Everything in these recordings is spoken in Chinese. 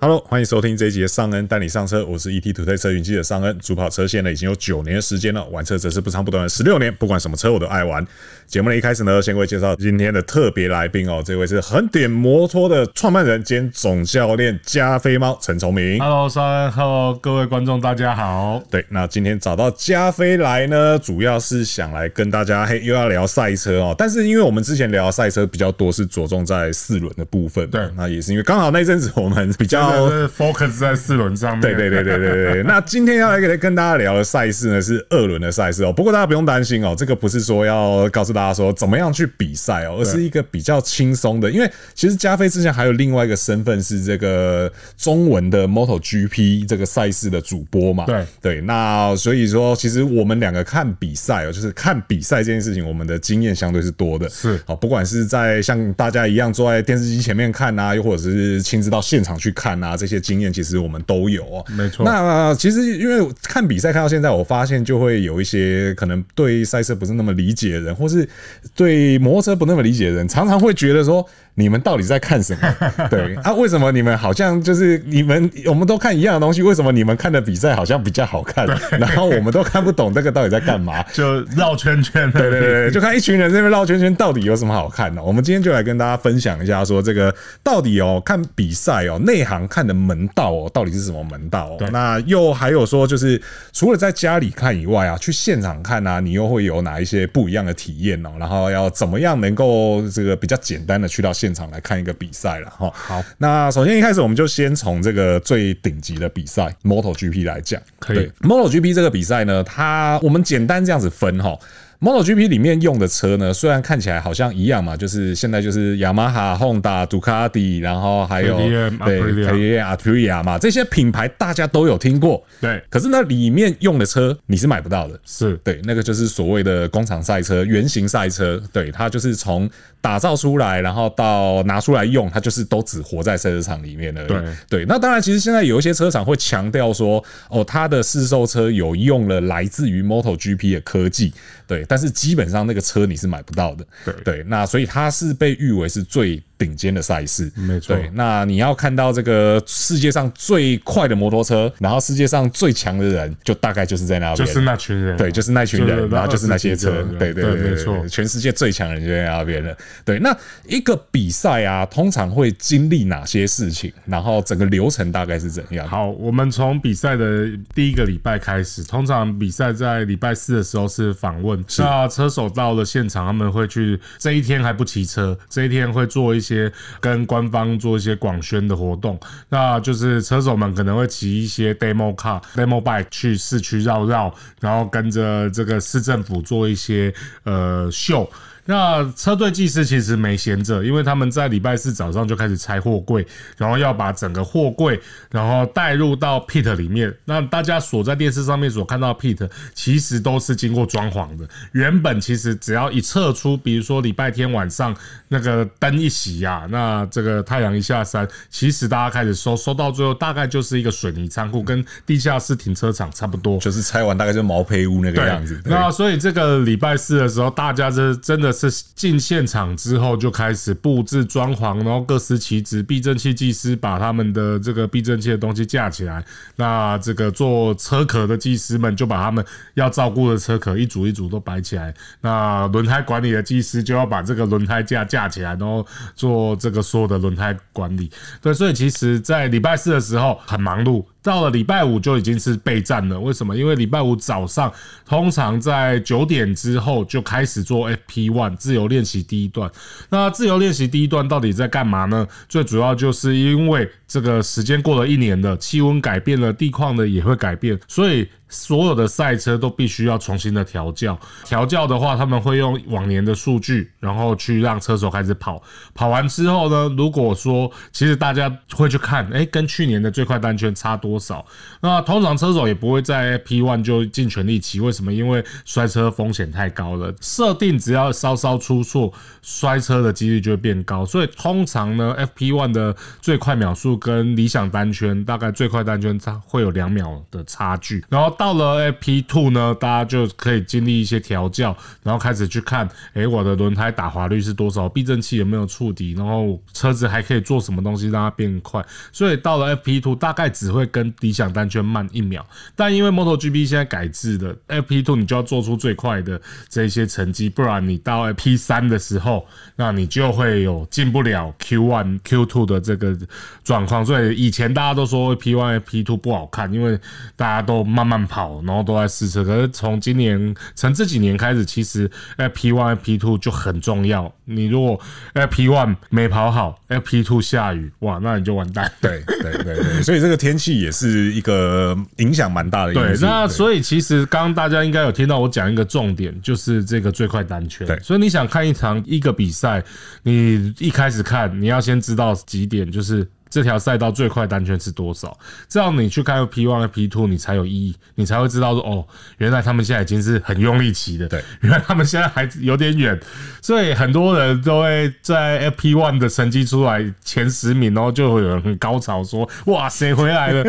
Hello，欢迎收听这一集的尚恩带你上车，我是 ET 土特车云记者尚恩，主跑车线呢已经有九年的时间了，玩车则是不长不短的十六年，不管什么车我都爱玩。节目的一开始呢，先为介绍今天的特别来宾哦，这位是横点摩托的创办人兼总教练加菲猫陈崇明。 Hello，三，Hello，各位观众，大家好。对，那今天找到加菲来呢，主要是想来跟大家嘿又要聊赛车哦。但是因为我们之前聊赛车比较多，是着重在四轮的部分嘛。对那也是因为刚好那一阵子我们比较真。的是 focus 在四轮上面。对对对对对对。那今天要来给跟大家聊的赛事呢，是二轮的赛事哦。不过大家不用担心哦，这个不是说要告诉大家说怎么样去比赛哦，而是一个比较轻松的。因为其实加菲之前还有另外一个身份是这个中文的 MotoGP 这个赛事的主播嘛。对对，那所以说，其实我们两个看比赛哦，就是看比赛这件事情，我们的经验相对是多的。是好，不管是在像大家一样坐在电视机前面看啊，又或者是亲自到现场去看啊，这些经验其实我们都有哦。没错那其实因为看比赛看到现在，我发现就会有一些可能对赛车不是那么理解的人，或是对摩托车不那么理解的人，常常会觉得说。你们到底在看什 么？对啊，为什么你们好像就是你们哦我们都看一样的东西，为什么你们看的比赛好像比较好看，然后我们都看不懂这个到底在干嘛？就绕圈圈。对对对对，就看一群人在那边绕圈圈，到底有什么好看哦呢、我们今天就来跟大家分享一下，说这个到底哦，看比赛哦，内行看的门道哦，到底是什么门道、哦对？那又还有说，就是除了在家里看以外啊，去现场看啊，你又会有哪一些不一样的体验哦？然后要怎么样能够这个比较简单的去到现场来看一个比赛了哈？好，那首先一开始我们就先从这个最顶级的比赛 MotoGP 来讲，可以对 MotoGP 这个比赛呢，它我们简单这样子分哈。MotoGP 里面用的车呢，虽然看起来好像一样嘛，就是现在就是雅马哈、Honda、杜卡迪，然后还有 KTM 对 Aprilia KTM、Aprilia 嘛，这些品牌大家都有听过。对，可是那里面用的车你是买不到的，是对，那个就是所谓的工厂赛车、原型赛车，对，它就是从打造出来，然后到拿出来用，它就是都只活在赛车场里面而已。对对，那当然，其实现在有一些车厂会强调说，哦，它的试售车有用了来自于 MotoGP 的科技，对，但是基本上那个车你是买不到的。对对，那所以它是被誉为是最顶尖的赛事。没错对，那你要看到这个世界上最快的摩托车，然后世界上最强的人，就大概就是在那边，就是那群人。对，就是那群就人，是那然后就是那些车20几，个对对人对对，对没错对全世界最强的人就在那边了。对，那一个比赛啊，通常会经历哪些事情？然后整个流程大概是怎样？好，我们从比赛的第一个礼拜开始，通常比赛在礼拜四的时候是访问，那车手到了现场，他们会去这一天还不骑车，这一天会做一些跟官方做一些广宣的活动，那就是车手们可能会骑一些 demo car、demo bike 去市区绕绕，然后跟着这个市政府做一些呃秀。那车队技师其实没闲着，因为他们在礼拜四早上就开始拆货柜，然后要把整个货柜，然后带入到 pit 里面。那大家所在电视上面所看到的 pit，其实都是经过装潢的。原本其实只要一撤出，比如说礼拜天晚上那个灯一熄呀、那这个太阳一下山，其实大家开始收，收到最后大概就是一个水泥仓库跟地下室停车场差不多。就是拆完大概就是毛坯屋那个对，样子。对那所以这个礼拜四的时候，大家这真的是进现场之后就开始布置装潢，然后各司其职。避震器技师把他们的这个避震器的东西架起来，那这个做车壳的技师们就把他们要照顾的车壳一组一组都摆起来。那轮胎管理的技师就要把这个轮胎架架起来，然后做这个所有的轮胎管理。对，所以其实，在礼拜四的时候很忙碌，到了礼拜五就已经是备战了。为什么？因为礼拜五早上通常在九点之后就开始做 FP One 自由练习第一段。那自由练习第一段到底在干嘛呢？最主要就是因为这个时间过了一年了，气温改变了，地况呢也会改变，所以所有的赛车都必须要重新的调教。调教的话，他们会用往年的数据，然后去让车手开始跑。跑完之后呢，如果说其实大家会去看，哎、跟去年的最快单圈差多少？那通常车手也不会在 P one 就尽全力骑，为什么？因为摔车风险太高了，设定只要稍稍出错，摔车的几率就会变高。所以通常呢，FP one 的最快秒速跟理想单圈大概最快单圈差会有两秒的差距。然后到了 FP Two 呢，大家就可以经历一些调教，然后开始去看，诶，我的轮胎打滑率是多少，避震器有没有触底，然后车子还可以做什么东西让它变快。所以到了 FP Two 大概只会跟理想单圈慢一秒，但因为 MotoGP 现在改制的 FP Two，你就要做出最快的这一些成绩，不然你到 FP 三的时候，那你就会有进不了 Q One、Q Two 的这个状况。所以以前大家都说哎 P One、P Two 不好看，因为大家都慢慢跑，然后都在试车。可是从今年从这几年开始，其实哎 P One、P Two 就很重要。你如果哎 P One 没跑好，P 哎 Two 下雨，哇，那你就完蛋。对对对对， 所以这个天气也是一个影响蛮大的因对，素。那所以其实刚刚大家应该有听到我讲一个重点，就是这个最快单圈。对所以你想看一场一个比赛，你一开始看，你要先知道几点，就是。这条赛道最快单圈是多少？这样你去看 P one 和 P two，你才有意义，你才会知道说哦，原来他们现在已经是很用力骑的，对，原来他们现在还有点远，所以很多人都会在 P one 的成绩出来前十名，然后就会有人很高潮说哇，谁回来 了？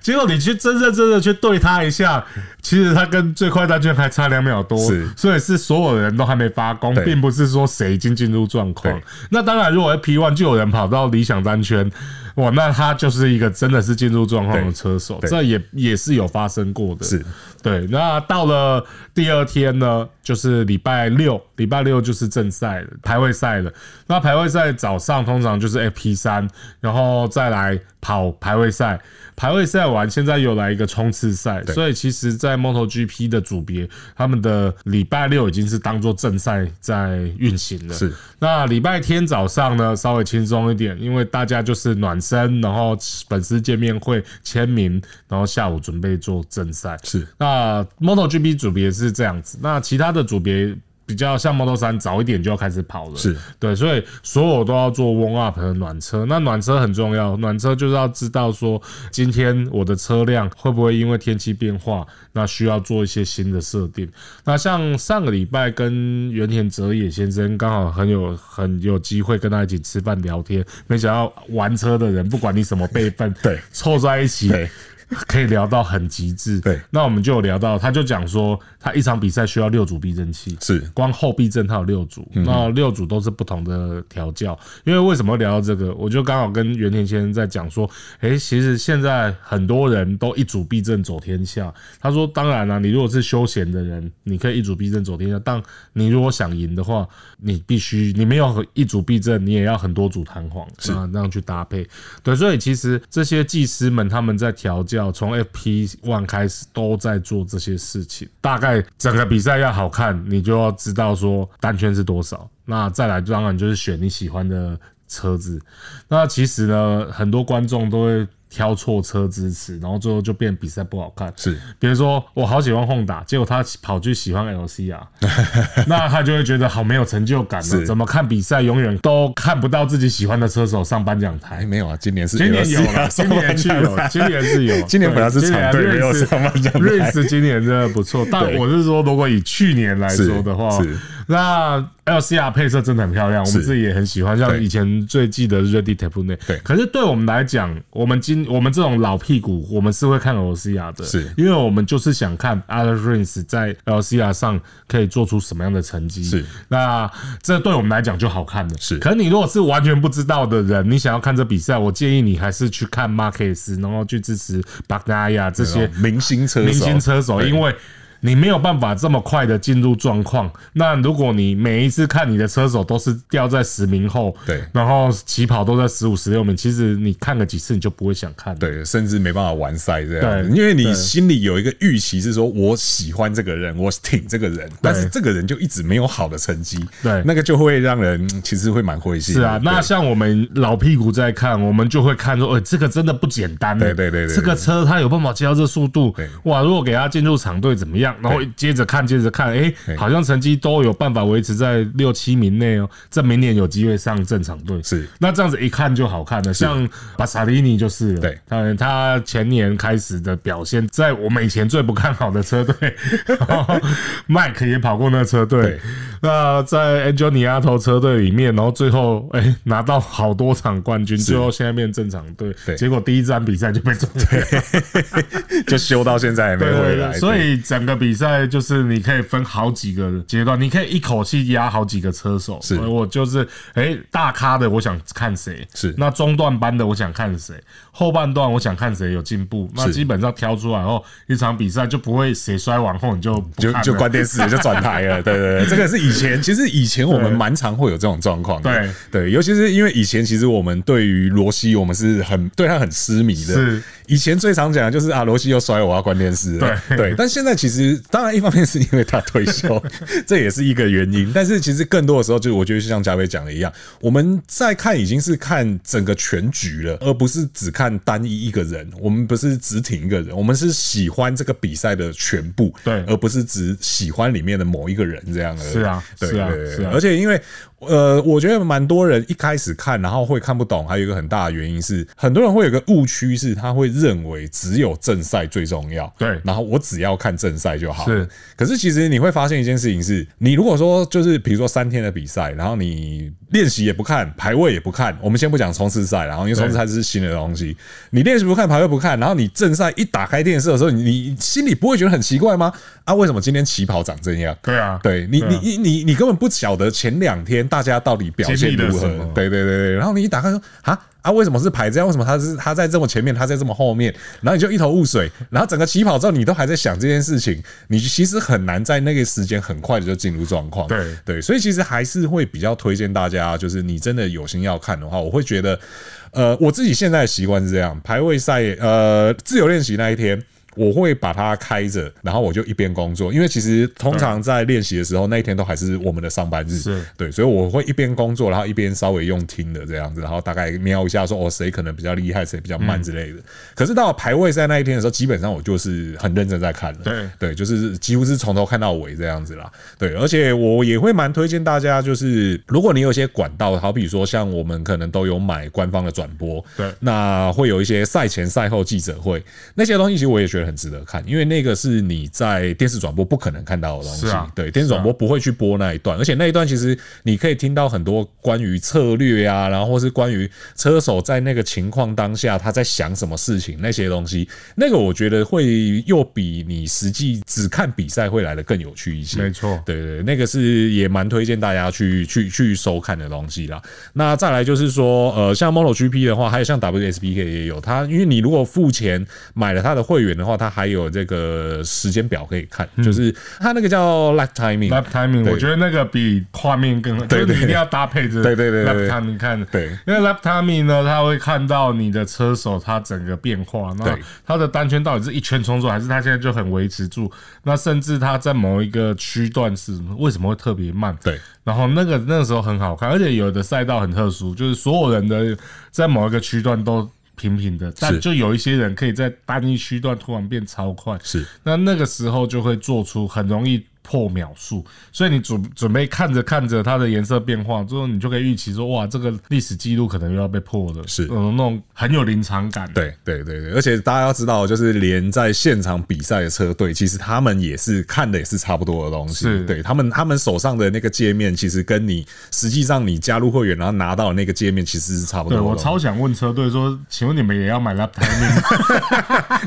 结果你去真认真的去对他一下，其实他跟最快单圈还差两秒多，是所以是所有人都还没发功，对并不是说谁已经进入状况对。那当然，如果 P one 就有人跑到理想单圈，哇，那他就是一个真的是进入状况的对车手，对这也也是有发生过的。是对，那到了第二天呢，就是礼拜六，礼拜六就是正赛了，排位赛了。那排位赛早上通常就是 FP 三，然后再来跑排位赛，排位赛完现在又来一个冲刺赛，所以其实，在 MotoGP 的组别，他们的礼拜六已经是当做正赛在运行了。是那礼拜天早上呢，稍微轻松一点，因为大家就是暖身，然后粉丝见面会、签名，然后下午准备做正赛。是那 MotoGP 组别是这样子，那其他的组别比较像 Moto 三早一点就要开始跑了，是对，所以所有都要做 warm up 和暖车。那暖车很重要，暖车就是要知道说今天我的车辆会不会因为天气变化，那需要做一些新的设定。那像上个礼拜跟原田哲也先生刚好很有很有机会跟他一起吃饭聊天，没想到玩车的人不管你什么辈分，对凑在一起，对可以聊到很极致。对那我们就有聊到，他就讲说，他一场比赛需要六组避震器，是光后避震他有六组，那六组都是不同的调教。因为为什么会聊到这个，我就刚好跟袁田先生在讲说，诶、其实现在很多人都一组避震走天下。他说，当然啦、你如果是休闲的人，你可以一组避震走天下，但你如果想赢的话，你必须你没有一组避震，你也要很多组弹簧，是啊，那样去搭配。对，所以其实这些技师们他们在调教，从 FP One 开始都在做这些事情。大概整个比赛要好看，你就要知道说单圈是多少。那再来，当然就是选你喜欢的车子。那其实呢，很多观众都会挑错车支持，然后最后就变比赛不好看。是比如说我好喜欢 Honda，结果他跑去喜欢 LCR，那他就会觉得好没有成就感了。是怎么看比赛永远都看不到自己喜欢的车手上颁奖台哎，。没有啊，今年是今年有 LCR 了，今年是上有半，场今年是有，今年本来是对场队今年没有 Race- 上半场台 Race 今年真的不错，但对我是说，如果以去年来说的话是是，那 LCR 配色真的很漂亮，我们是自己也很喜欢。像对以前最记得 Ready t a p u n e 对可是对我们来讲，我们今我们这种老屁股，我们是会看 LCR 的，是因为我们就是想看 a l e r i n s 在 LCR 上可以做出什么样的成绩。是，那这对我们来讲就好看了。是可你如果是完全不知道的人，你想要看这比赛，我建议你还是去看 Marquez，然后去支持 b a g n a y a 这些哦明星车手，啊明星车手，对因为。你没有办法这么快的进入状况。那如果你每一次看你的车手都是掉在十名后，对然后起跑都在十五、十六名，其实你看个几次你就不会想看了。对，甚至没办法完赛这样子，对因为你心里有一个预期是说，我喜欢这个人，我挺这个人，但是这个人就一直没有好的成绩，对那个就会让人嗯其实会蛮灰心的。是啊，对那像我们老屁股在看，我们就会看说，哎、这个真的不简单、欸。对对对对这个车它有办法接到这速度对，哇！如果给它进入场队怎么样，然后接着看，接着看，哎、好像成绩都有办法维持在六七名内哦，这明年有机会上正常队。是那这样子一看就好看了，像巴萨利尼就是了。对当然他前年开始的表现，在我们以前最不看好的车队 然后，Mike 也跑过那个车队对。那在 Angel 尼亚头车队里面，然后最后哎、拿到好多场冠军，最后现在变正常队，对结果第一站比赛就被撞掉。就修到现在也没对回对来。对，所以整个比赛就是你可以分好几个阶段，你可以一口气压好几个车手。是我我就是哎、大咖的我想看谁，是那中段班的我想看谁，后半段我想看谁有进步。那是基本上挑出来后，一场比赛就不会谁摔完后你就不就看就了关电视就转台了，对对对，这个是以 前，其实以前我们对蛮常会有这种状况的，对对，尤其是因为以前其实我们对于罗西，我们是很对他很痴迷的，是以前最常讲的就是啊，罗西又摔我，我要关电视了，对对，但现在其实当然一方面是因为他退休， 这也是一个原因，但是其实更多的时候，就是我觉得就像嘉伟讲的一样，我们在看已经是看整个全局了，而不是只看单一一个人，我们不是只挺一个人，我们是喜欢这个比赛的全部，对而不是只喜欢里面的某一个人这样而已。是啊对是啊对对是啊而且因为呃，我觉得蛮多人一开始看，然后会看不懂，还有一个很大的原因是，很多人会有个误区，是他会认为只有正赛最重要，对然后我只要看正赛就好。是，可是其实你会发现一件事情是，你如果说就是比如说三天的比赛，然后你练习也不看，排位也不看，我们先不讲冲刺赛，然后因为冲刺赛是新的东西，你练习不看，排位不看，然后你正赛一打开电视的时候，你你心里不会觉得很奇怪吗？啊，为什么今天起跑长这样？对啊，对你，对啊你你你你根本不晓得前两天大家到底表现经历了如何什么，对对对对。然后你一打开说啊啊，为什么是排这样？为什么他是他在这么前面，他在这么后面？然后你就一头雾水。然后整个起跑之后，你都还在想这件事情，你其实很难在那个时间很快的就进入状况。对对，所以其实还是会比较推荐大家，就是你真的有心要看的话，我会觉得，呃，我自己现在的习惯是这样，排位赛，呃，自由练习那一天。我会把它开着，然后我就一边工作，因为其实通常在练习的时候，那一天都还是我们的上班日，嗯是对，所以我会一边工作，然后一边稍微用听的这样子，然后大概瞄一下说哦，谁可能比较厉害，谁比较嗯慢之类的。可是到排位赛那一天的时候，基本上我就是很认真在看了，对对，就是几乎是从头看到尾这样子啦。对，而且我也会蛮推荐大家，就是如果你有一些管道，好比说像我们可能都有买官方的转播，对那会有一些赛前赛后记者会那些东西，其实我也觉得很值得看，因为那个是你在电视转播不可能看到的东西。是啊对，电视转播不会去播那一段，而且那一段其实你可以听到很多关于策略啊，然后或是关于车手在那个情况当下他在想什么事情那些东西，那个我觉得会又比你实际只看比赛会来的更有趣一些。没错对对，对那个是也蛮推荐大家去去去收看的东西啦。那再来就是说，呃，像 MotoGP 的话，还有像 WSBK 也有它，因为你如果付钱买了它的会员的话，它还有这个时间表可以看，就是它那个叫 Life Timing。嗯 lap timing，对我觉得那个比画面更，对就是你对一定要搭配着对对对 lap 对 timing 看，对因为 lap timing 呢，它会看到你的车手他整个变化，那对他的单圈到底是一圈冲出，还是他现在就很维持住？那甚至他在某一个区段是为什么会特别慢？对，然后那个那个时候很好看，而且有的赛道很特殊，就是所有人的在某一个区段都。平平的，但是就有一些人可以在单一区段突然变超快，是那那个时候就会做出很容易破秒数，所以你准准备看着看着它的颜色变化之后，你就可以预期说，哇，这个历史记录可能又要被破了，是嗯，那种很有临场感。，对对对对，而且大家要知道，就是连在现场比赛的车队，其实他们也是看的也是差不多的东西是。对他们，他们手上的那个界面，其实跟你实际上你加入会员然后拿到的那个界面，其实是差不多对的。我超想问车队说，请问你们也要买 lap timing？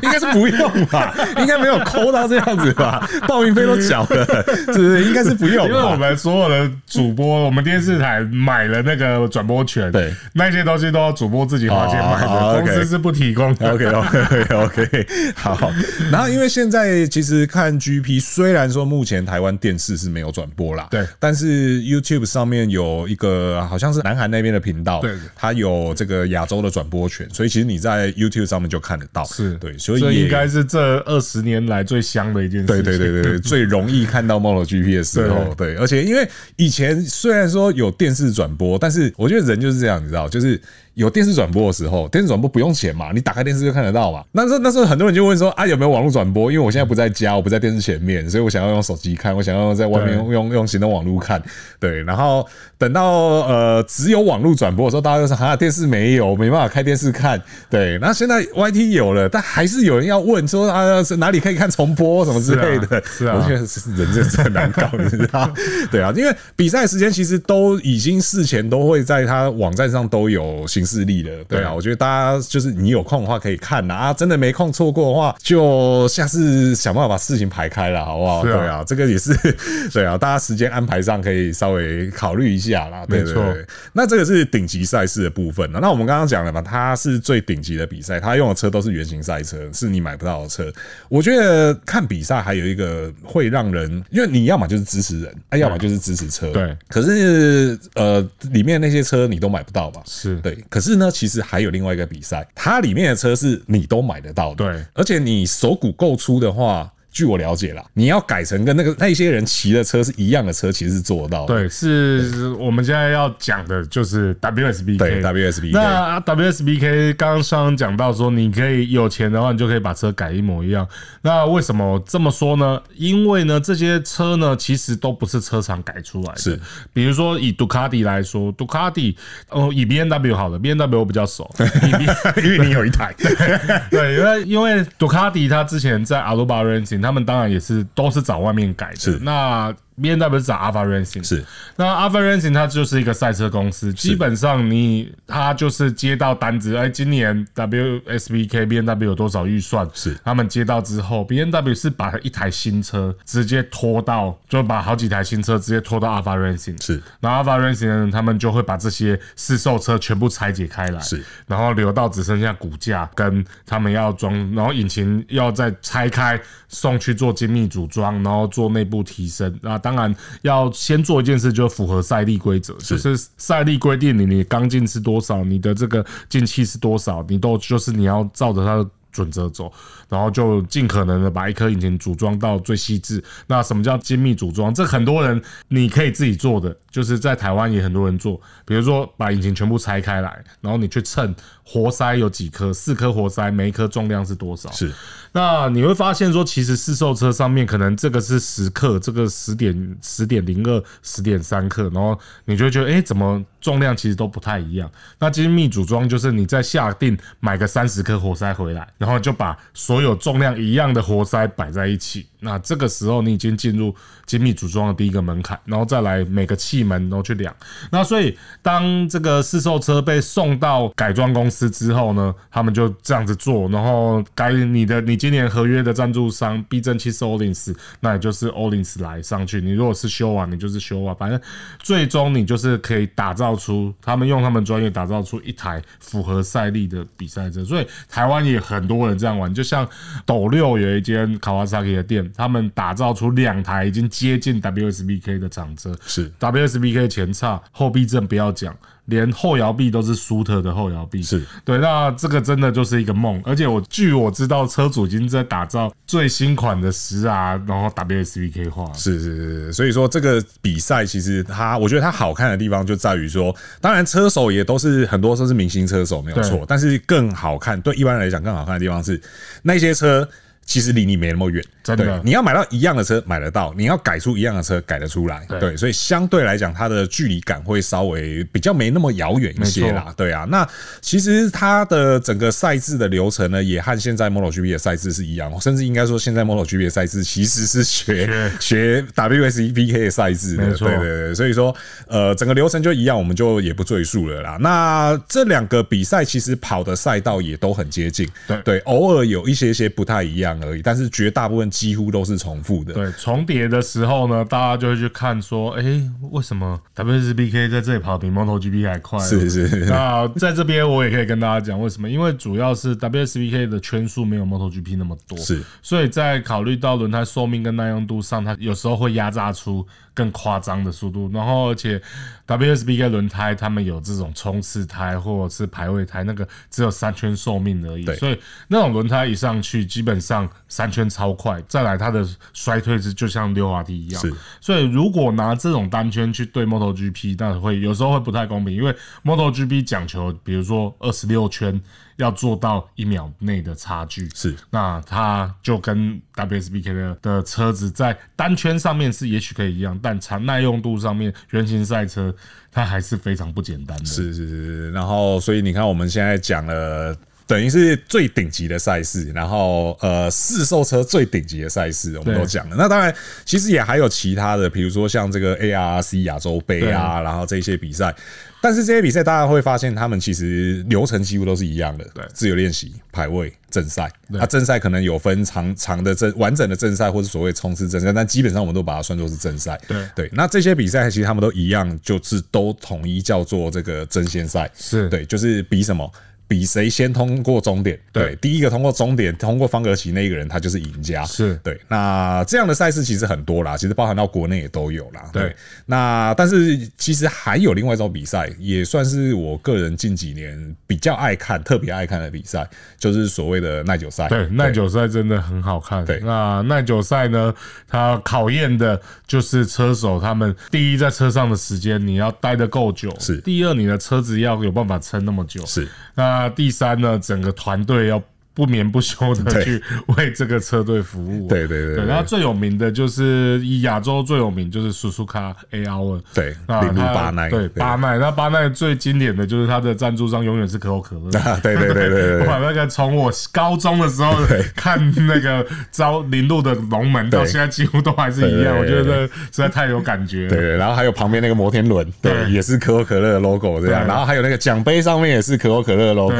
应该是不用 吧，应该没有抠到这样子吧，报名费都缴了，是不是？应该是不用因为我吧。们所有的主播，我们电视台买了那个转播权，对，那些东西都要主播自己花钱买哦哦的， ，OK 公司是不提供的。 OK OK OK，好。然后因为现在其实看 GP，虽然说目前台湾电视是没有转播啦，对但是 YouTube 上面有一个好像是南韩那边的频道，对它有这个亚洲的转播权，所以其实你在 YouTube 上面就看得到，是对，所以这也应该是这二十年来最香的一件事对情。 对对对对，最容易看到 MotoGP 的时候，对，而且因为以前虽然说有电视转播，但是我觉得人就是这样，你知道，就是有电视转播的时候，电视转播不用钱嘛，你打开电视就看得到嘛。那时候那时候很多人就问说啊，有没有网络转播？因为我现在不在家，我不在电视前面，所以我想要用手机看，我想要在外面对用用用行动网络看。对，然后等到呃只有网络转播的时候，大家就说啊，电视没有，没办法开电视看。对，那现在 YT 有了，但还是有人要问说啊，是哪里可以看重播什么之类的。是啊我觉得是人真的很难搞，你 知道？对啊，因为比赛时间其实都已经事前都会在他网站上都有行事历了。对啊，对我觉得大家就是你有空的话可以看啦啊，真的没空错过的话，就下次想办法把事情排开了，好不好？是啊对啊，这个也是 对啊，大家时间安排上可以稍微考虑一下啦。对没对错对，那这个是顶级赛事的部分了。啊那我们刚刚讲了嘛，它是最顶级的比赛，它用的车都是原型赛车，是你买不到的车。我觉得看比赛还有一个会让人，因为你要么就是支持人，啊，要么就是支持车。对可是呃，里面那些车你都买不到嘛。是对，可是呢，其实还有另外一个比赛，它里面的车是你都买得到的，对，而且你手骨够粗的话。据我了解啦，你要改成跟那个那些人骑的车是一样的车，其实是做得到的。对，是我们现在要讲的就是 WSBK。对，WSBK 那 WSBK 刚刚上讲到说，你可以有钱的话，你就可以把车改一模一样。那为什么这么说呢？因为呢，这些车呢，其实都不是车厂改出来的。是，比如说以杜卡迪来说，杜卡迪，哦，以 B N W 好了，B N W 我比较熟， 以 B 因为你有一台， 对，因为因为杜卡迪他之前在阿鲁巴 Racing，他们当然也是都是找外面改的。是那 B N W 是找 Alpha Racing，是那 Alpha Racing 它就是一个赛车公司，基本上你它就是接到单子，哎，今年 WSBK B N W 有多少预算？是他们接到之后，B N W 是把一台新车直接拖到，就把好几台新车直接拖到 Alpha Racing，是然后 Alpha Racing 的人他们就会把这些试售车全部拆解开来，是，然后留到只剩下骨架跟他们要装，然后引擎要再拆开送去做精密组装，然后做内部提升。那当然要先做一件事，就是符合赛力规则，就是赛力规定你你钢筋是多少，你的这个进气是多少，你都就是你要照着它的。准则走，然后就尽可能的把一颗引擎组装到最细致。那什么叫精密组装？这很多人你可以自己做的，就是在台湾也很多人做，比如说把引擎全部拆开来，然后你去称活塞有几颗，四颗活塞，每一颗重量是多少？是那你会发现说，其实试售车上面可能这个是十克，这个十点十点零二、十点三克，然后你就会觉得，哎、怎么重量其实都不太一样？那精密组装就是你在下定买个三十颗活塞回来，然后就把所有重量一样的活塞摆在一起。那这个时候你已经进入精密组装的第一个门槛，然后再来每个气门，然后去量。那所以当这个试售车被送到改装公司之后呢，他们就这样子做，然后该你的你今年合约的赞助商避震器是 Olins，那也就是 Olins 来上去。你如果是修啊，你就是修啊，反正最终你就是可以打造出他们用他们专业打造出一台符合赛力的比赛车。所以台湾也很多人这样玩，就像斗六有一间卡瓦萨 a 的店，他们打造出两台已经接近 WSBK 的厂车，是 WSBK 前叉后避震不要讲，连后摇臂都是舒特的后摇臂。是对，那这个真的就是一个梦。而且我据我知道，车主已经在打造最新款的十 R，然后 WSBK 化。是是是是，所以说这个比赛其实它，我觉得它好看的地方就在于说，当然车手也都是很多都是明星车手没有错对，但是更好看，对一般人来讲更好看的地方是那些车。其实离你没那么远，真的对你要买到一样的车买得到，你要改出一样的车改得出来，对对，所以相对来讲，它的距离感会稍微比较没那么遥远一些啦没，对啊。那其实它的整个赛制的流程呢，也和现在 MotoGP 的赛制是一样，甚至应该说，现在 MotoGP 的赛制其实是学学 WSEPK 的赛制的，没错对对对，所以说呃，整个流程就一样，我们就也不赘述了啦。那这两个比赛其实跑的赛道也都很接近，对偶尔有一些些不太一样而已，但是绝大部分几乎都是重复的。对，重叠的时候呢，大家就会去看说，哎、为什么 WSBK 在这里跑比 MotoGP 还快？是是那在这边我也可以跟大家讲为什么，因为主要是 WSBK 的圈数没有 MotoGP 那么多，是，所以在考虑到轮胎寿命跟耐用度上，它有时候会压榨出更夸张的速度。然后而且 WSBK 轮胎他们有这种冲刺胎或者是排位胎，那个只有三圈寿命而已对，所以那种轮胎一上去，基本上三圈超快，外，再来它的衰退是就像六 RT 一样是，所以如果拿这种单圈去对 MotoGP，那会有时候会不太公平，因为 MotoGP 讲求比如说二十六圈要做到一秒内的差距，是那它就跟 WSBK 的的车子在单圈上面是也许可以一样，但长耐用度上面，原型赛车它还是非常不简单的。是是是，然后所以你看，我们现在讲了。等于是最顶级的赛事，然后呃，试售车最顶级的赛事，我们对都讲了。那当然，其实也还有其他的，比如说像这个 ARC 亚洲杯啊，然后这些比赛。但是这些比赛，大家会发现他们其实流程几乎都是一样的，对自由练习、排位、正赛。那正赛可能有分长长的正完整的正赛，或是所谓冲刺正赛，但基本上我们都把它算作是正赛。对对，那这些比赛其实他们都一样，就是都统一叫做这个争先赛。是对，就是比什么？比谁先通过终点，对对，第一个通过终点，通过方格旗那一个人，他就是赢家。是对，那这样的赛事其实很多啦，其实包含到国内也都有啦。对，那但是其实还有另外一种比赛，也算是我个人近几年比较爱看、特别爱看的比赛，就是所谓的耐久赛。对，耐久赛真的很好看。对那耐久赛呢，它考验的就是车手他们第一在车上的时间，你要待得够久；是第二，你的车子要有办法撑那么久；是那第三呢，整个团队要。不眠不休的对去为这个车队服务啊、对对对对。对那最有名的就是以亚洲最有名就是苏苏卡 A R，对那领路它巴奈对对巴奈。那巴奈最经典的就是它的赞助商永远是可口可乐，啊，对对对对对我把对，那个从我高中的时候看那个招林路的龙门，到现在几乎都还是一样。我对觉对对得实在太有感觉对了。对，然后还有旁边那个摩天轮，对对，也是可口可乐的 logo 这样，对然后还有那个奖杯上面也是可口可乐的 logo，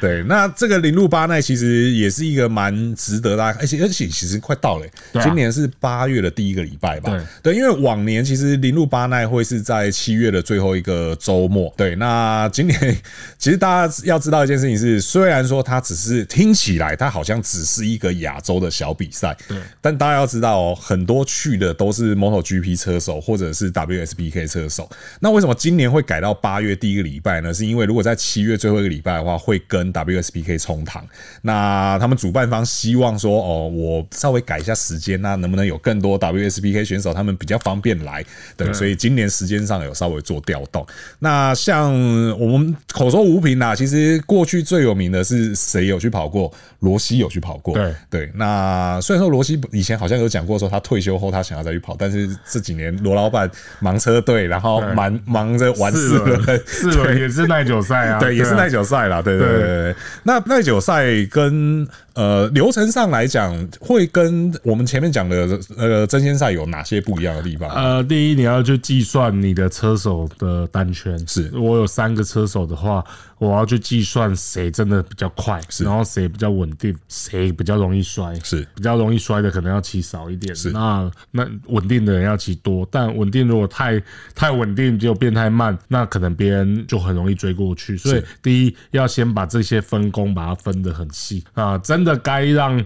对，那这个零路巴奈其实也是一个蛮值得大家，而且而且其实快到了、对啊今年是八月的第一个礼拜吧，对，因为往年其实零路巴奈会是在七月的最后一个周末，对，那今年其实大家要知道一件事情是，虽然说它只是听起来它好像只是一个亚洲的小比赛，对但大家要知道哦，很多去的都是 MotoGP 车手或者是 WSBK 车手。那为什么今年会改到八月第一个礼拜呢？是因为如果在七月最后一个礼拜的话，会跟 WSBK 冲堂。那他们主办方希望说，哦，我稍微改一下时间，那能不能有更多 WSBK 选手他们比较方便来？嗯对，所以今年时间上有稍微做调动。那像我们口说无凭啦，其实过去最有名的是谁有去跑过？罗西有去跑过，对对，那虽然说罗西以前好像有讲过说他退休后他想要再去跑，但是这几年罗老板忙车队，然后对忙忙着玩四轮，四轮也是耐久赛啊，对，也是啊耐久赛啦，对对对对对。对那耐久赛跟呃流程上来讲，会跟我们前面讲的呃争先赛有哪些不一样的地方？呃，第一你要去计算你的车手的单圈，是我有三个车手的话，我要去计算谁真的比较快，然后谁比较稳定，谁比较容易摔，是比较容易摔的可能要骑少一点，是那那稳定的人要骑多，但稳定如果太太稳定就变太慢，那可能别人就很容易追过去，所以是第一要先把这些分工把它分得很细啊，真的该让。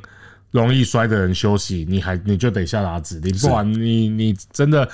容易摔的人休息，你还你就得下达指令，不然你你真的，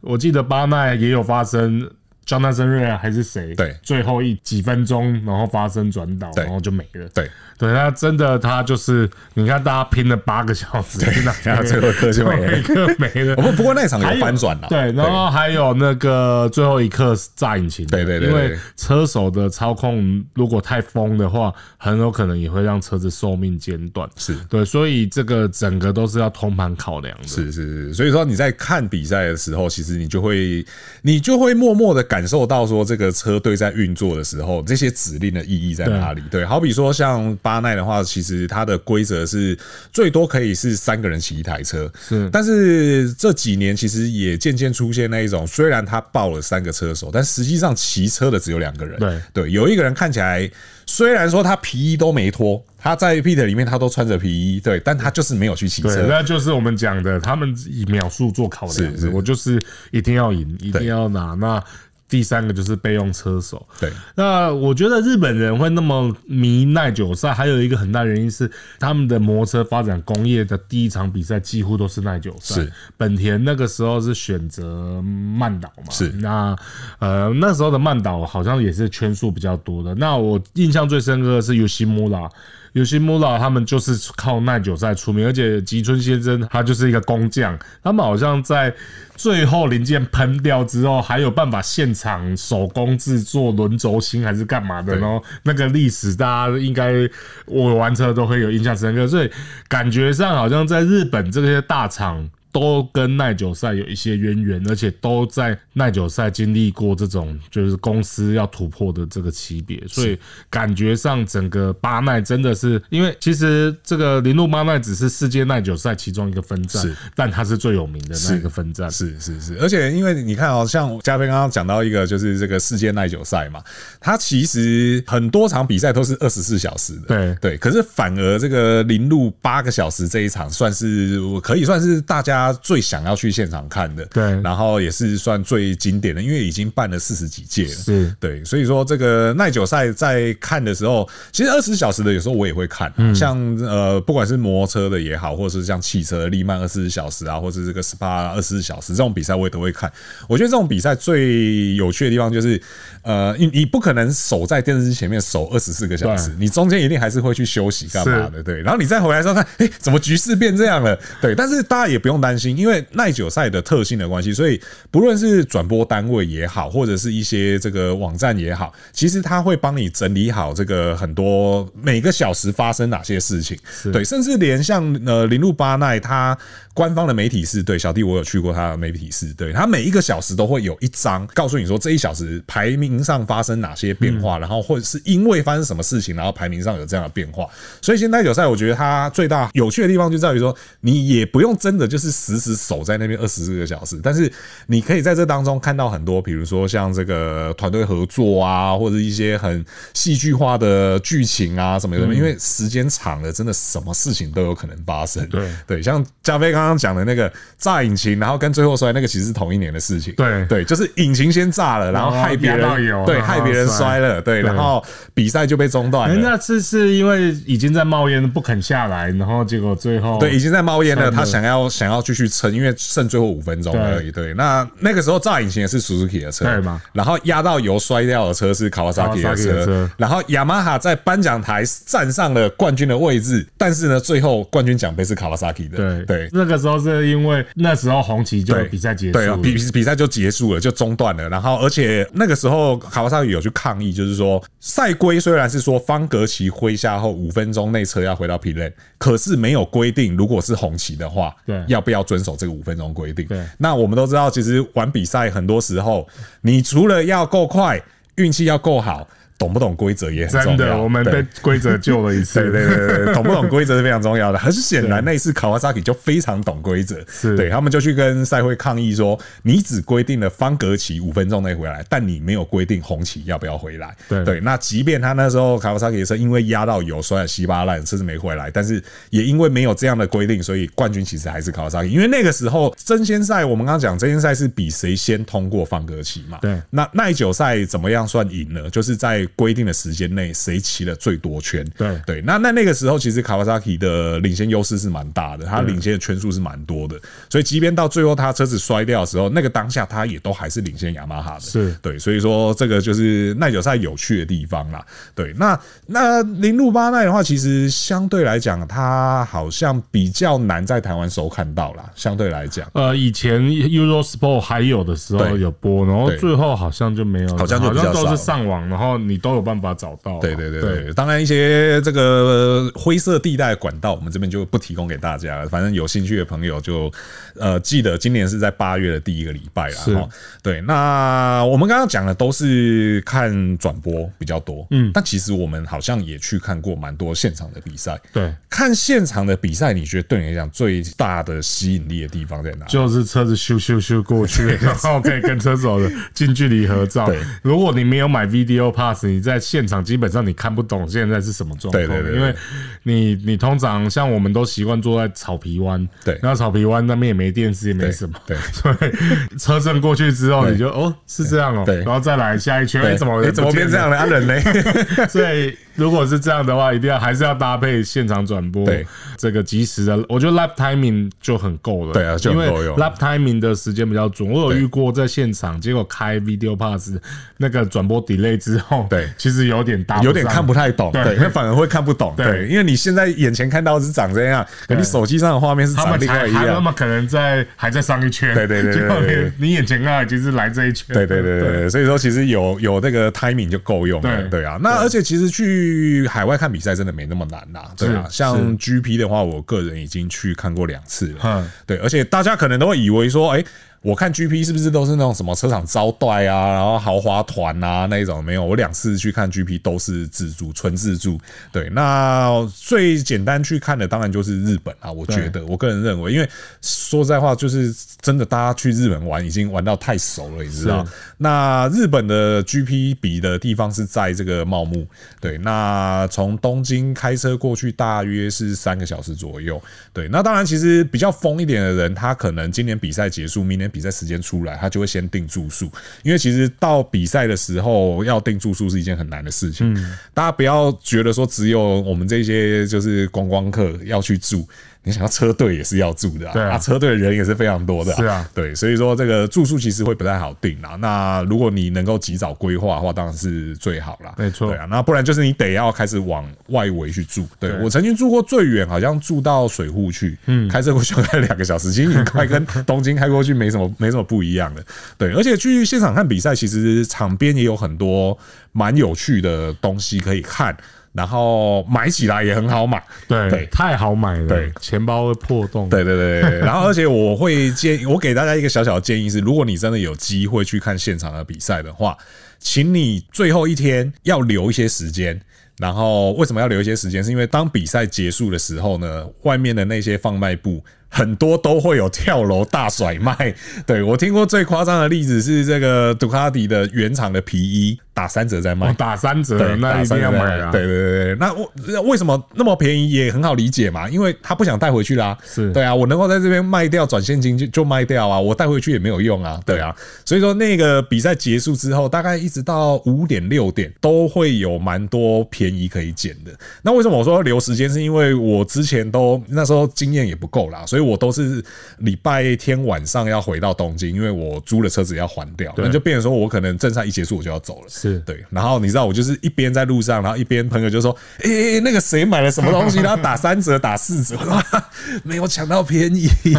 我记得巴奈也有发生。Jonathan r e a 还是谁？对最后一几分钟，然后发生转倒，对然后就没了。对，对，那真的他就是，你看大家拼了八个小时，然后最后一刻就没了最后一刻没 了不。不过那场还有翻转啦，对，然后还有那个最后一刻是炸引擎的，对对对因对为车手的操控如果太疯的话，很有可能也会让车子寿命减短。是对，所以这个整个都是要通盘考量的。是是是，所以说你在看比赛的时候，其实你就会你就会默默的感受到说这个车队在运作的时候，这些指令的意义在哪里。对，好比说像巴奈的话，其实它的规则是最多可以是三个人骑一台车，是但是这几年其实也渐渐出现那一种，虽然他报了三个车手，但实际上骑车的只有两个人。对对，有一个人看起来虽然说他皮衣都没脱，他在 Pit 里面他都穿着皮衣，对，但他就是啊没有去骑车。对，那就是我们讲的，他们以秒数做考量的是是我就是一定要赢，一定对要拿。那第三个就是备用车手。对，那我觉得日本人会那么迷耐久赛，还有一个很大原因是他们的摩托车发展工业的第一场比赛几乎都是耐久赛。是本田那个时候是选择曼岛嘛？是那呃那时候的曼岛好像也是圈数比较多的。那我印象最深刻的是 Yoshimura。Yoshimura 他们就是靠耐久赛出名，而且吉村先生他就是一个工匠，他们好像在最后零件喷掉之后，还有办法现场手工制作轮轴芯还是干嘛的，对然后那个历史大家应该我玩车都会有印象深刻，所以感觉上好像在日本这些大厂。都跟耐久赛有一些渊源，而且都在耐久赛经历过这种就是公司要突破的这个级别，所以感觉上整个巴奈真的是，因为其实这个铃鹿巴奈只是世界耐久赛其中一个分站是，但它是最有名的那一个分站。啊是是是，而且因为你看哦，像嘉宾刚刚讲到一个，就是这个世界耐久赛嘛，它其实很多场比赛都是二十四小时的，对对。可是反而这个零路八个小时这一场，算是我可以算是大家最想要去现场看的，对然后也是算最经典的，因为已经办了四十几届了，是对，所以说这个耐久赛在看的时候，其实二十小时的有时候我也会看，啊嗯像呃不管是摩托车的也好，或者是像汽车的力曼二十四小时啊，或者是这个 SPA 二十四小时这种比赛我也都会看。我觉得这种比赛最有趣的地方就是，呃，你你不可能守在电视机前面守二十四个小时对，你中间一定还是会去休息干嘛是的。的对。然后你再回来的时候看，哎、怎么局势变这样了？对，但是大家也不用担心，因为耐久赛的特性的关系，所以不论是转播单位也好，或者是一些这个网站也好，其实它会帮你整理好这个很多每个小时发生哪些事情，对，甚至连像呃林路巴奈他官方的媒体室，对，小弟我有去过他的媒体室，对他每一个小时都会有一张告诉你说这一小时排名上发生哪些变化，然后或者是因为发生什么事情，然后排名上有这样的变化。所以现在耐久赛，我觉得它最大有趣的地方就在于说，你也不用真的就是死死守在那边二十四个小时，但是你可以在这当中看到很多，比如说像这个团队合作啊，或者一些很戏剧化的剧情啊什么的，因为时间长了，真的什么事情都有可能发生。对对，像加菲刚刚讲的那个炸引擎，然后跟最后摔那个其实是同一年的事情。对对，就是引擎先炸了，然后然后害别压到人油对然后害别人摔摔了，对，对然后比赛就被中断了人。家哎次是因为已经在冒烟不肯下来，然后结果最后对，已经在冒烟了，算了他想要想要继续撑，因为剩最后五分钟而已。对，那那个时候炸引擎也是 Suzuki 的车，对嘛？然后压到油摔掉的车是 Kawasaki 的 Kawasaki 的车车，然后雅马哈在颁奖台站上了冠军的位置，但是呢，最后冠军奖杯是 Kawasaki 的。对对，那个时候是因为那时候红旗就对，比赛结束对了，啊，比比赛就结束了，就中断了。然后，而且那个时候卡瓦萨有去抗议，就是说赛规虽然是说方格旗麾下后五分钟内车要回到 P lane，可是没有规定如果是红旗的话，对要不要遵守这个五分钟规定？对那我们都知道，其实玩比赛很多时候，你除了要够快，运气要够好。懂不懂规则也很重真要。的我们对被规则救了一 次，对对对对对，懂不懂规则是非常重要 的。很显然，那一次卡瓦萨基就非常懂规则，是对他们就去跟赛会抗议说，你只规定了方格旗五分钟内回来，但你没有规定红旗要不要回来。对那即便他那时候卡瓦萨基的车因为压到油摔得稀巴烂，甚至没回来，但是也因为没有这样的规定，所以冠军其实还是卡瓦萨基。因为那个时候争先赛，我们刚刚讲争先赛是比谁先通过方格旗嘛，对那耐久赛怎么样算赢呢？就是在规定的时间内，谁骑了最多圈。对对，那那那个时候其实卡瓦萨基的领先优势是蛮大的，他领先的圈数是蛮多的，所以即便到最后他车子摔掉的时候，那个当下他也都还是领先雅马哈的。是对，所以说这个就是耐久赛有趣的地方啦。对，那那零路八奈的话，其实相对来讲，它好像比较难在台湾收看到啦，相对来讲。呃，以前 Eurosport 还有的时候对有播，然后对最后好像就没有了，好像就比较都少是上网，然后你都有办法找到啊。对对对对，当然一些这个灰色地带的管道，我们这边就不提供给大家了。反正有兴趣的朋友就呃记得，今年是在八月的第一个礼拜啦。是齁对，那我们刚刚讲的都是看转播比较多，嗯，但其实我们好像也去看过蛮多现场的比赛。对，看现场的比赛，你觉得对你来讲最大的吸引力的地方在哪？就是车子咻咻咻 过去，然后可以跟车手的近距离合照对。如果你没有买 Video Pass，你在现场基本上你看不懂现在是什么状况，对对对对因为你你通常像我们都习惯坐在草皮湾，对然后草皮湾那边也没电视，也没什么，哎对 所以车震过去之后，对你就哦是这样哦，对然后再来下一圈，哎对怎么诶怎么变这样？了？啊，人嘞？ 所以如果是这样的话，一定要还是要搭配现场转播，对这个及时的，我觉得 lap timing 就很够了，对啊就很够因为用 lap timing 的时间比较准。我有对遇过在现场，结果开 video pass 那个转播 delay 之后，对其实有点搭，有点看不。太懂，对对，那反而会看不懂，对对，因为你现在眼前看到是长这样，啊可你手机上的画面是他长们另外才一还他样，们可能在还在上一圈，对对对对结果对对你你眼前啊看到已经是来这一圈，对对对对对，所以说其实有有那个 timing 就够用了，对对啊。那而且其实去海外看比赛真的没那么难啦，对啊。是像 GP 的话，我个人已经去看过两次了嗯，对，而且大家可能都会以为说，哎。我看 GP 是不是都是那种什么车厂招待啊，然后豪华团啊那一种？没有，我两次去看 GP 都是自助，纯自助。对，那最简单去看的当然就是日本啊，我觉得我个人认为，因为说实在话，就是真的大家去日本玩已经玩到太熟了，你知道是？嗯那日本的 GP 比的地方是在这个茂木，对，那从东京开车过去大约是三个小时左右，对，那当然其实比较疯一点的人，他可能今年比赛结束，明年比赛时间出来，他就会先订住宿，因为其实到比赛的时候要订住宿是一件很难的事情，嗯大家不要觉得说只有我们这些就是观光客要去住。你想要车队也是要住的啊，对啊啊车队的人也是非常多的、是啊对，所以说这个住宿其实会不太好定啦。那如果你能够及早规划的话，当然是最好啦。没错对啊，那不然就是你得要开始往外围去住。对对我曾经住过最远，好像住到水户去，嗯，开车过去要开两个小时，其实你快跟东京开过去没什么 没什么不一样的。对，而且去现场看比赛，其实场边也有很多蛮有趣的东西可以看。然后买起来也很好买，对对对，太好买了，对钱包会破洞，对对对对对，然后而且我会建议，我给大家一个小小的建议是，如果你真的有机会去看现场的比赛的话，请你最后一天要留一些时间。然后为什么要留一些时间？是因为当比赛结束的时候呢，外面的那些放卖部很多都会有跳楼大甩卖。对我听过最夸张的例子是这个杜卡迪的原厂的皮衣打三折在卖我，哦打三折对，，那一定要买啊，对对对对，那我为什么那么便宜也很好理解嘛，因为他不想带回去啦。是对啊，我能够在这边卖掉转现金就就卖掉啊，我带回去也没有用啊。对啊，所以说那个比赛结束之后，大概一直到五点六点都会有蛮多便宜可以捡的。那为什么我说留时间？是因为我之前都那时候经验也不够啦，所以我都是礼拜天晚上要回到东京，因为我租的车子要还掉，对那就变成说我可能正赛一结束我就要走了。是对，然后你知道我就是一边在路上，然后一边朋友就说：“哎、欸，那个谁买了什么东西？”然后打三折、打四折，我 说哈哈没有抢到便宜。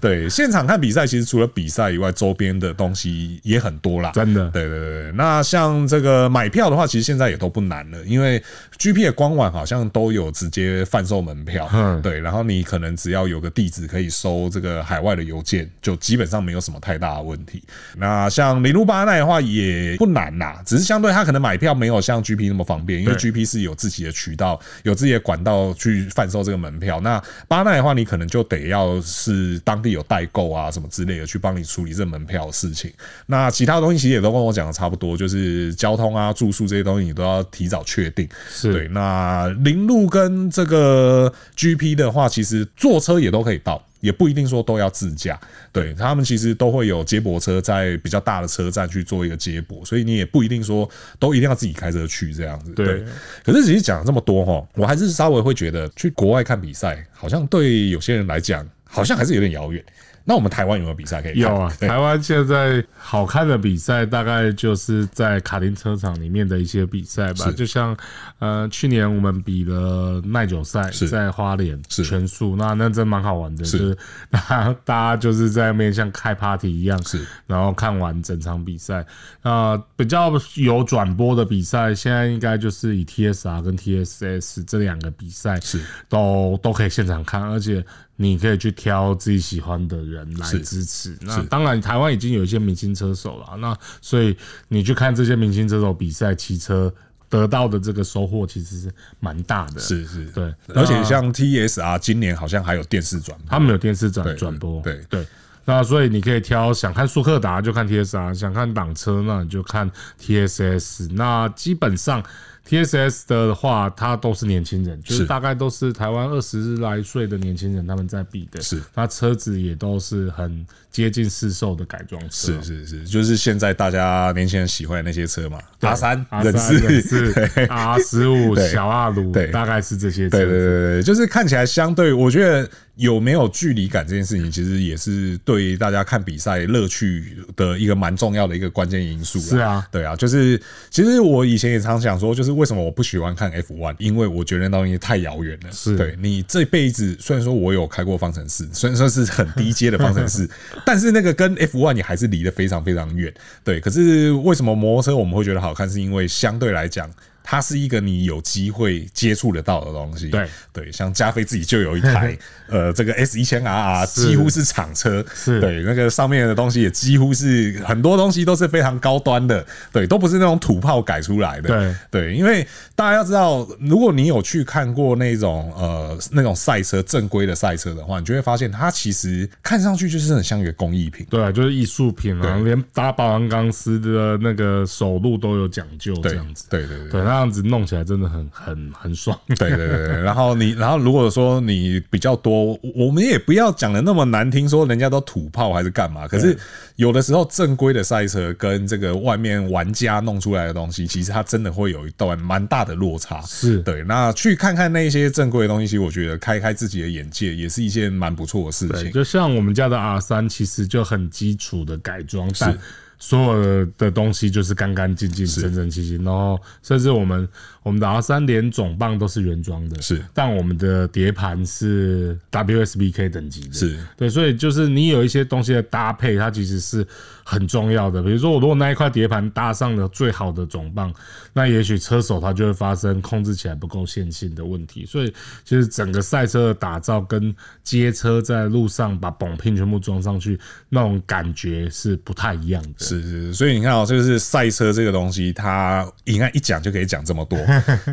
对，现场看比赛，其实除了比赛以外，周边的东西也很多啦。真的，对对对对，那像这个买票的话，其实现在也都不难了，因为 GP 的官网好像都有直接贩售门票，嗯对，然后你可能只要有个地址可以收这个海外的邮件，就基本上没有什么太大的问题。那像零路八奈的话也不难啦，只是相对它可能买票没有像 GP 那么方便，因为对 GP 是有自己的渠道、有自己的管道去贩售这个门票。那巴奈的话，你可能就得要是当地有代购啊什么之类的去帮你处理这门票的事情。那其他东西其实也都跟我讲的差不多，就是交通啊、住宿这些东西你都要提早确定。对，是那林路跟这个 GP 的话，其实坐车也都可以到，也不一定说都要自驾。对他们其实都会有接驳车在比较大的车站去做一个接驳，所以你也不一定说都一定要自己开车去这样子。对可是其实讲了这么多哈，我还是稍微会觉得去国外看比赛，好像对有些人来讲，好像还是有点遥远。那我们台湾有没有比赛可以看？有啊。对台湾现在好看的比赛大概就是在卡丁车场里面的一些比赛吧，就像呃去年我们比了耐久赛，是在花莲是全速，那那真蛮好玩的，是就是大家大家就是在面像开 party 一样，是然后看完整场比赛。呃，比较有转播的比赛，现在应该就是以 TSR 跟 TSS 这两个比赛是都都可以现场看，而且你可以去挑自己喜欢的人来是支持。那当然，台湾已经有一些明星车手了，那所以你去看这些明星车手比赛骑车。得到的这个收获其实是蛮大的，是是，对而且那像 TSR 今年好像还有电视转播，他们有电视转对转播，对对。那所以你可以挑想看速克达就看 TSR，想看挡车那你就看 TSS。那基本上 TSS 的话，它都是年轻人，就是是大概都是台湾二十来岁的年轻人他们在比的，是那车子也都是很接近市售的改装车哦，是是是，就是现在大家年轻人喜欢的那些车嘛，R 三、 R 忍三、忍四， 四、R 十五、对小阿鲁，对大概是这些车对对子。对对，就是看起来相对，我觉得有没有距离感这件事情，其实也是对大家看比赛乐趣的一个蛮重要的一个关键因素啦。是啊对啊，就是其实我以前也常想说，就是为什么我不喜欢看 F one，因为我觉得那东西太遥远了。是对你这辈子虽然说我有开过方程式，虽然说是很低阶的方程 式，但是那个跟 F one 也还是离得非常非常远。对，可是为什么摩托车我们会觉得好看，是因为相对来讲。它是一个你有机会接触得到的东西，对对，像加菲自己就有一 台，呃，这个 S 一千 RR 是几乎是厂车，是对那个上面的东西也几乎是很多东西都是非常高端的，对，都不是那种土炮改出来的，对对，因为大家要知道，如果你有去看过那种呃那种赛车正规的赛车的话，你就会发现它其实看上去就是很像一个工艺品。对啊，就是艺术品啊，对连打保安钢丝的那个手路都有讲究，对哦这样子。对对对对，那样子弄起来真的很很很爽。 对对对对，然后你，然后如果说你比较多，我我们也不要讲的那么难听，说人家都土炮还是干嘛。可是有的时候正规的赛车跟这个外面玩家弄出来的东西，其实它真的会有一段蛮大的落差。是对，那去看看那些正规的东西，其实我觉得开开自己的眼界也是一件蛮不错的事对，情。就像我们家的 R 三，其实就很基础的改装，但所有的东西就是干干净净、整整齐齐，然后甚至我们我们的 R 三连总棒都是原装的，是，但我们的碟盘是 WSBK 等级的，是对，所以就是你有一些东西的搭配，它其实是很重要的。比如说，我如果那一块碟盘搭上了最好的总棒，那也许车手他就会发生控制起来不够线性的问题。所以，其实整个赛车的打造跟街车在路上把绑拼全部装上去，那种感觉是不太一样的。是是，是所以你看哦，就是赛车这个东西，它你看一讲就可以讲这么多，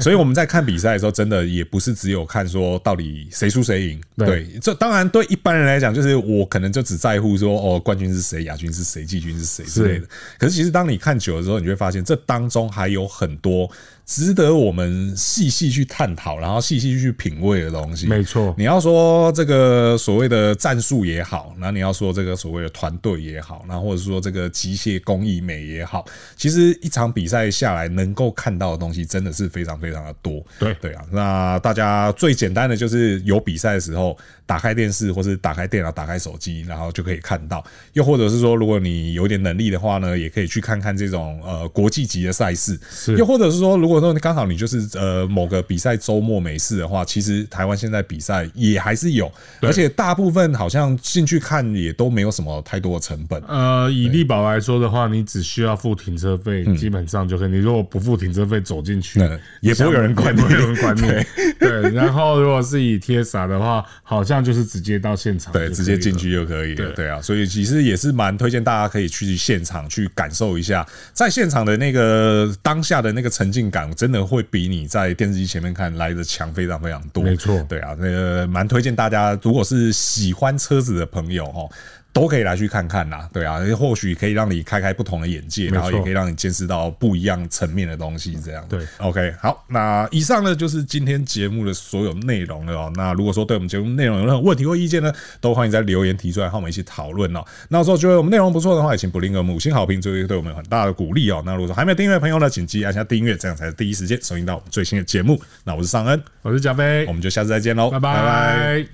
所以我们在看比赛的时候，真的也不是只有看说到底谁输谁赢。对对，这当然对一般人来讲，就是我可能就只在乎说哦，冠军是谁，亚军是谁，季军是谁之类的。可是其实当你看久了之后，你就会发现这当中还有很多值得我们细细去探讨，然后细细去品味的东西。没错你要说这个所谓的战术也好，然后你要说这个所谓的团队也好，然后或者说这个机械工艺美也好，其实一场比赛下来能够看到的东西真的是非常非常的多。对对啊，那大家最简单的就是有比赛的时候，打开电视或是打开电脑、打开手机，然后就可以看到。又或者是说，如果你有点能力的话呢，也可以去看看这种呃国际级的赛事。是又或者是说，如果说刚好你就是呃某个比赛周末没事的话，其实台湾现在比赛也还是有，而且大部分好像进去看也都没有什么太多的成本。呃，以力宝来说的话，你只需要付停车费，基本上就可以。你如果不付停车费走进去嗯，也不会有人管 你也不会有人管你。对，然后如果是以 TSA 的话，好像就是直接到现场，对，直接进。去就可以了。对对啊，所以其实也是蛮推荐大家可以去现场去感受一下，在现场的那个当下的那个沉浸感，真的会比你在电视机前面看来的强非常非常多。没错对啊，那个蛮推荐大家，如果是喜欢车子的朋友哦。都可以来去看看啦，对啊，或许可以让你开开不同的眼界，错然后也可以让你见识到不一样层面的东西，这样。对，OK，好，那以上呢就是今天节目的所有内容了哦。那如果说对我们节目内容有任何问题或意见呢，都欢迎在留言提出来，和我们一起讨论哦。那如果觉得我们内容不错的话，也请不吝给我们五星好评，这会对我们有很大的鼓励哦。那如果说还没有订阅的朋友呢，请记得按下订阅，这样才是第一时间收听到我们最新的节目。那我是尚恩，我是贾飞我，们就下次再见喽，拜拜